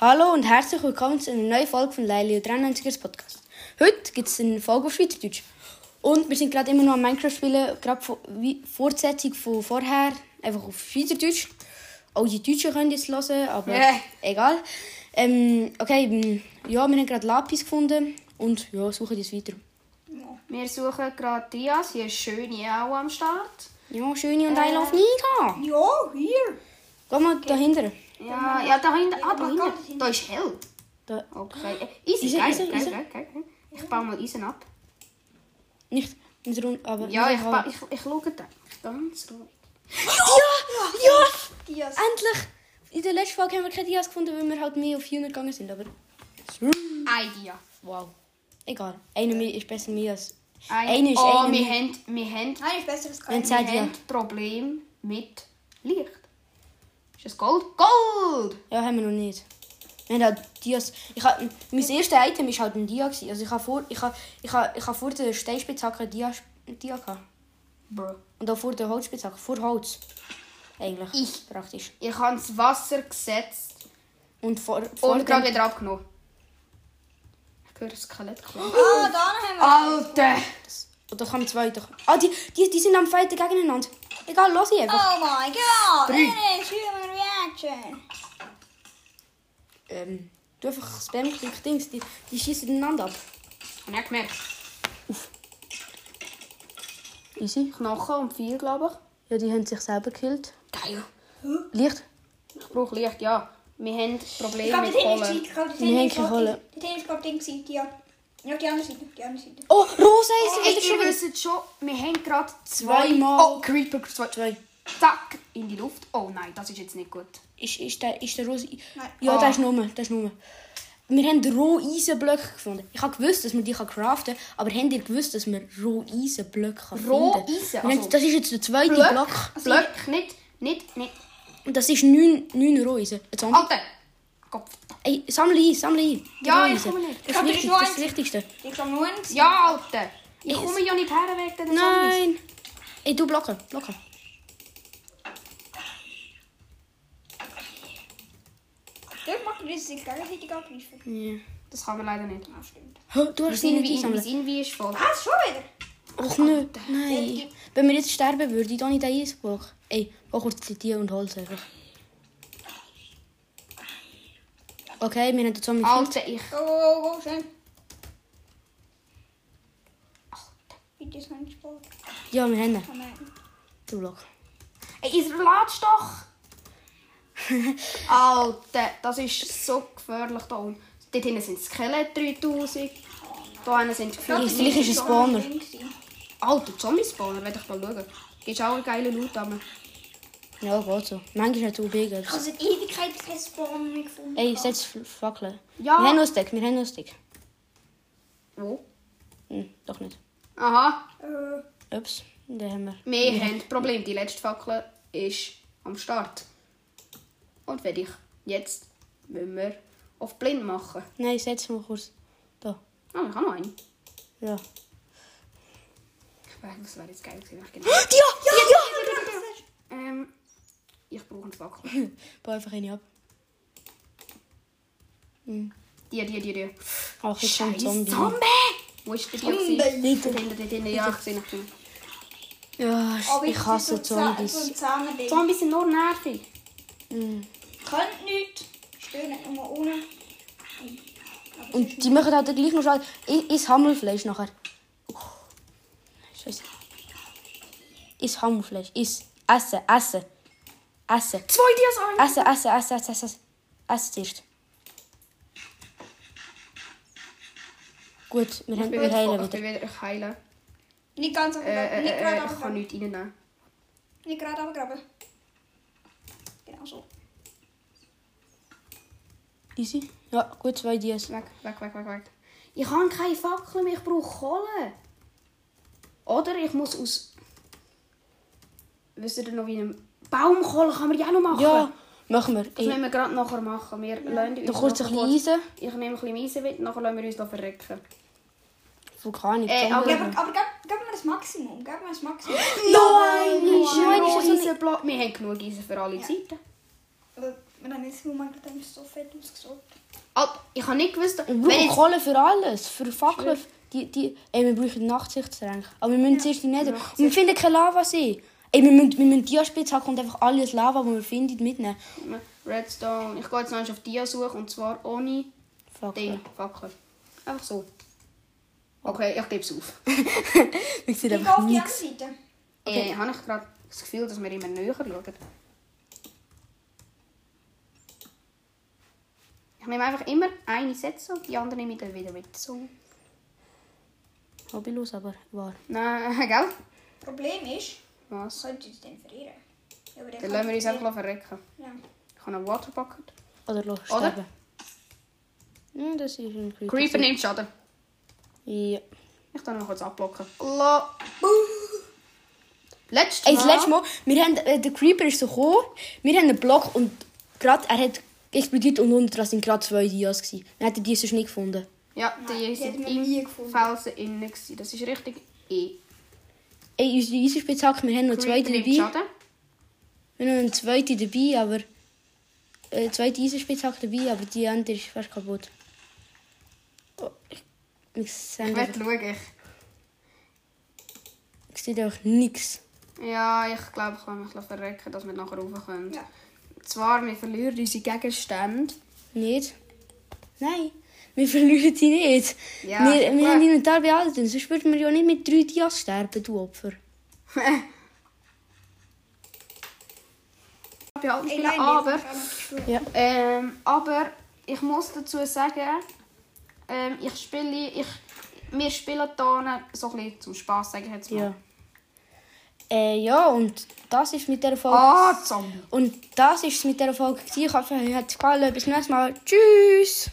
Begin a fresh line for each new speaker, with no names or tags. Hallo und herzlich willkommen zu einer neuen Folge von Leili 93ers Podcast. Heute gibt es eine Folge auf Schweizerdeutsch. Und wir sind gerade immer noch am Minecraft spielen, gerade vo- wie Fortsetzung von vorher, einfach auf Schweizerdeutsch. Auch die Deutschen können jetzt hören, aber
Yeah.
egal. Ähm, okay, ähm, ja, wir haben gerade Lapis gefunden und ja, suchen das weiter.
Wir suchen gerade Dias, hier ist Schöne auch am Start.
Ja, schöne
Äh.
und I love Nina.
Ja, Oh, hier.
Geh mal dahinter.
Ja, ja, da hinten. Ah, da
maar dat
hinten.
is-
Da ist hell.
Da,
Okay. Eh,
Eisen,
Easy, geil,
Eisen,
geil,
Eisen.
geil, geil, geil. Ich baue mal Eisen ab.
nicht mit rund, aber...
Ja, ich,
ja,
ba ich, ich schaue da. Ganz ruhig.
ja!
Dias.
Endlich! In der letzten Folge haben wir keine Dias gefunden, weil wir halt mehr auf Hühner gegangen sind, aber...
Idea.
Wow. Egal. Einer mehr ist besser mehr als... Einer
Idea.
ist
Oh,
einer
wir
mehr.
haben, wir haben,
Nein, ist besser als
Wenn
kein.
es
wir
sagt ja.
haben Problem mit Licht. Ist das Gold? Gold!
Ja, haben wir noch nicht. Wir haben halt Dias... Ich hab, mein erstes Item war halt ein Dia. Gewesen. Also ich habe vor, ich hab, ich hab, ich hab vor der Steinspitzhacke ein Dia, Dia gehabt.
Bro.
Und auch vor der Holzspitzhacke. Vor Holz. Eigentlich.
Ich.
Praktisch.
Ich habe ins Wasser gesetzt
Und
Oh,
vor... vor
und gerade wieder abgenommen. Ich höre ein Skelett klappern.
Ah, da haben wir.
Alter!
Oder kommen zwei... Doch. Ah, die, die, die sind am Fighten gegeneinander. Egal, los ich einfach.
Oh my god.
Drie.
It is human reaction.
Ähm, du einfach Spam-Klick Dings. Die, die schießen ineinander ab.
Und ich gemerkt,
Easy.
Knochen und viel, glaube
Ja, die haben sich selber gekillt.
ich. Geil.
Licht.
Ich brauche Licht, ja. Wir haben
Ich
Probleme
glaube,
mit
das Handy
Kohle.
ist gescheit. Ich glaube, das
Nee,
Handy
ik
ist
ga
gerade
rollen.
Das Handy ist gerade Ding gewesen. Die hat. Ja, die andere Seite. Die andere Seite.
Oh, Rosa ist
Ey,
wieder
ihr
schon.
wisst schon, wir haben gerade
Zweimal.
Oh, Creeper, zwei.
Zwei.
Zack, in die Luft. Oh nein, das ist jetzt nicht gut.
Ist, ist, der, ist der Rosa.
Nein.
Ja,
Ah.
der ist nur. Der ist nur. Wir haben rohe Eisenblöcke gefunden. Ich habe gewusst, dass man die kann craften kann, aber habt ihr gewusst, dass man rohe Eisenblöcke kann
Rohe
finden?
Eisen,
Wir haben-
also-
Das ist jetzt der zweite
Blöck,
Block.
Blöck, nicht, nicht, nicht.
Und das ist neun, neun rohe Eisen. Jetzt haben
Alter! Kopf.
Ey, sammle ein, sammle ein. Die
Ja,
rohe
ich
Eisen.
komme nicht.
Das ist
Aber
wichtig,
ich weiß-
das ist das Wichtigste.
Die ist am Mund.
Ja, Alter! Ich
Yes.
komme ja nicht her wegen den Zombies.
Nein! Ey, du blocken, blocken.
Dort macht man das sich gegenseitig angreifen.
Ja.
Das kann man leider nicht.
Ah, stimmt.
Hä, Du
Wir
hast sie
sind
nicht
wie, wir
einsammeln.
sind wie ist voll.
Was? Schon wieder?
Och nö, nein. Wenn wir jetzt sterben würden, ich da nicht den Eisblock. Ey, mach kurz die Tier und Holz einfach. Okay, wir haben den Zombie gekillt.
Alter, ich.
Go, go, go, schön. Bitte ist noch nicht Sport.
Ja, wir haben ihn.
Oh nein.
Den Block.
Ey, jetzt lad's doch! Alter, das ist so gefährlich da unten. Dort hinten sind Skelett 3000. Da hinten sind
Ja,
Gefühle.
vielleicht ist ein Spawner.
Alter, Zombie-Spawner, werde ich mal schauen. Gibt's auch einen geilen Loot aber.
Ja, geht so. Manchmal hat es auch Big
Ich habe seit Ewigkeit keinen Spawner mehr gefunden.
Ey, setz Fackeln.
Ja.
Wir haben noch einen Stack, wir haben noch einen Stack.
Wo?
Hm, doch nicht.
Aha,
Äh,
Ups, den haben wir.
wir haben ein Problem. Die letzte Fackel ist am Start. Und wenn ich jetzt müssen wir auf blind machen.
Nein, setz mal kurz. Da.
Ah, ich habe noch einen.
Ja.
Ich weiß, das wäre jetzt geil gewesen. wenn ich
Ja,
genau-
ja, ja!
Ähm, ich brauche eine Fackel.
Bau einfach eine ab.
Die, die, die, die.
Ach, jetzt schon ein
Zombie.
Zombie.
Zombie! Wo ist der Zombie? Dort hinten, dort hinten. Ja, ich sehe ihn.
Ja,
aber
ich hasse Zombies.
Zombies.
Zombies sind nur nervig.
Könnt nicht. Stören immer ohne.
Und die machen halt dann gleich noch Schaden. I- Ist Hammelfleisch nachher. Scheiße. Ist Hammelfleisch. Ist. Essen, essen. Essen.
Zwei Dias ein.
Essen, essen, essen, essen, essen. Essen zuerst. Gut, wir haben wir heilen
Ich bin
wieder.
wieder ich heile.
Nicht ganz
Äh,
abgraben.
äh,
Nicht
äh,
gerade
ich kann
abgraben.
nichts reinnehmen.
Nicht gerade abgraben. Genau so.
Easy. Ja, gut, zwei Dias.
Weg, weg, weg, weg, weg. Ich habe keine Fackel mehr, ich brauche Kohle. Oder ich muss aus... Wisst ihr noch, wie einem Baumkohle kann man ja auch noch machen.
Ja, machen wir.
Das
Ey,
müssen wir gerade nachher machen. Wir lassen uns
noch kurz ein
nachher
bisschen Eisen.
Ich nehme ein bisschen Eisen mit, nachher lassen wir uns noch verrecken.
Vulkanik.
Ey,
Zombie.
Ja, aber, aber gib, gib mir das Maximum. Gib mir das Maximum.
Nein,
nein, ist
nein,
das
ist
so
Eisenblock. Wir haben genug Eisen für alle Zeiten.
Aber Wir haben jetzt nur Minecraft eigentlich so fett ausgesucht.
Alter, ich habe nicht gewusst,
Und
wenn
wir
jetzt...
Kohle für alles, für Fackeln. Die, die, ey, wir brauchen Nachtsichtstränke. Aber wir müssen zuerst die Nether. Und wir finden keine Lavasee. Ey, wir müssen, wir müssen Diaspitz hacken und einfach alles Lava, das wir finden, mitnehmen.
Redstone. Ich gehe jetzt noch einmal auf Dia suchen und zwar ohne
Fackeln.
Ding. Fackel. Einfach so. Okay, ich gebe es auf.
Wir sehen
Ich gehe auf
einfach
die
nichts.
andere Seite.
Okay. Äh, habe ich gerade das Gefühl, dass wir immer näher schauen. Ich nehme einfach immer eine Setzung, die andere nehme ich dann wieder mit. So.
Hobbylos, aber wahr.
Nein, gell?
Problem ist, was
Was?
sollte ich den frieren? Ja, aber
Dann
den kann
lassen wir uns
frieren.
einfach verrecken.
Ja.
Ich habe einen Waterbucket.
Oder los
Oder?
sterben. Ja, das ist ein Creeper.
Creeper nimmt Schaden.
Ja.
Ich kann noch kurz abblocken. La. Letztes
Ey,
Mal.
das letzte Mal, wir haben, äh, der Creeper ist so gekommen, wir haben einen Block und gerade, er hat explodiert und unten dran sind gerade zwei Dias gewesen. Dann hat er die dus sonst nicht gefunden.
Ja,
Nein,
die
die
sind
hat man nie
im
gefunden.
Felsen innen. gewesen. Das ist richtig eh.
Ey, unsere Eisenspitzhacke, wir haben noch zwei
Creeper nimmt
dabei.
Schaden.
Wir haben noch eine zweite dabei, aber... Äh, zweite Eisenspitzhacke dabei, aber die andere ist fast kaputt. Oh, ich... Ich
Ich
sehe
werde schauen.
ich sehe einfach nichts.
Ja, ich glaube, ich kann mich verrecken, dass wir nachher rauf können.
Ja.
Zwar, wir verlieren unsere Gegenstände.
Nicht? Nein. Wir verlieren die nicht.
Ja,
wir
goed.
wir haben Inventar behalten, sonst würden wir ja nicht mit drei Dias sterben, du Opfer.
Behalten
Ey,
spielen,
nein,
aber,
aber...
Ja.
ähm, aber ich muss dazu sagen, ähm, ich spiele, ich, wir spielen hier so ein bisschen zum Spass, sage ich jetzt mal.
Ja. Äh, ja, und das ist mit der Folge.
Ah, Zombie!
Und das ist mit der Folge. gewesen. Ich hoffe, euch hat es gefallen. Bis zum nächsten Mal. Tschüss!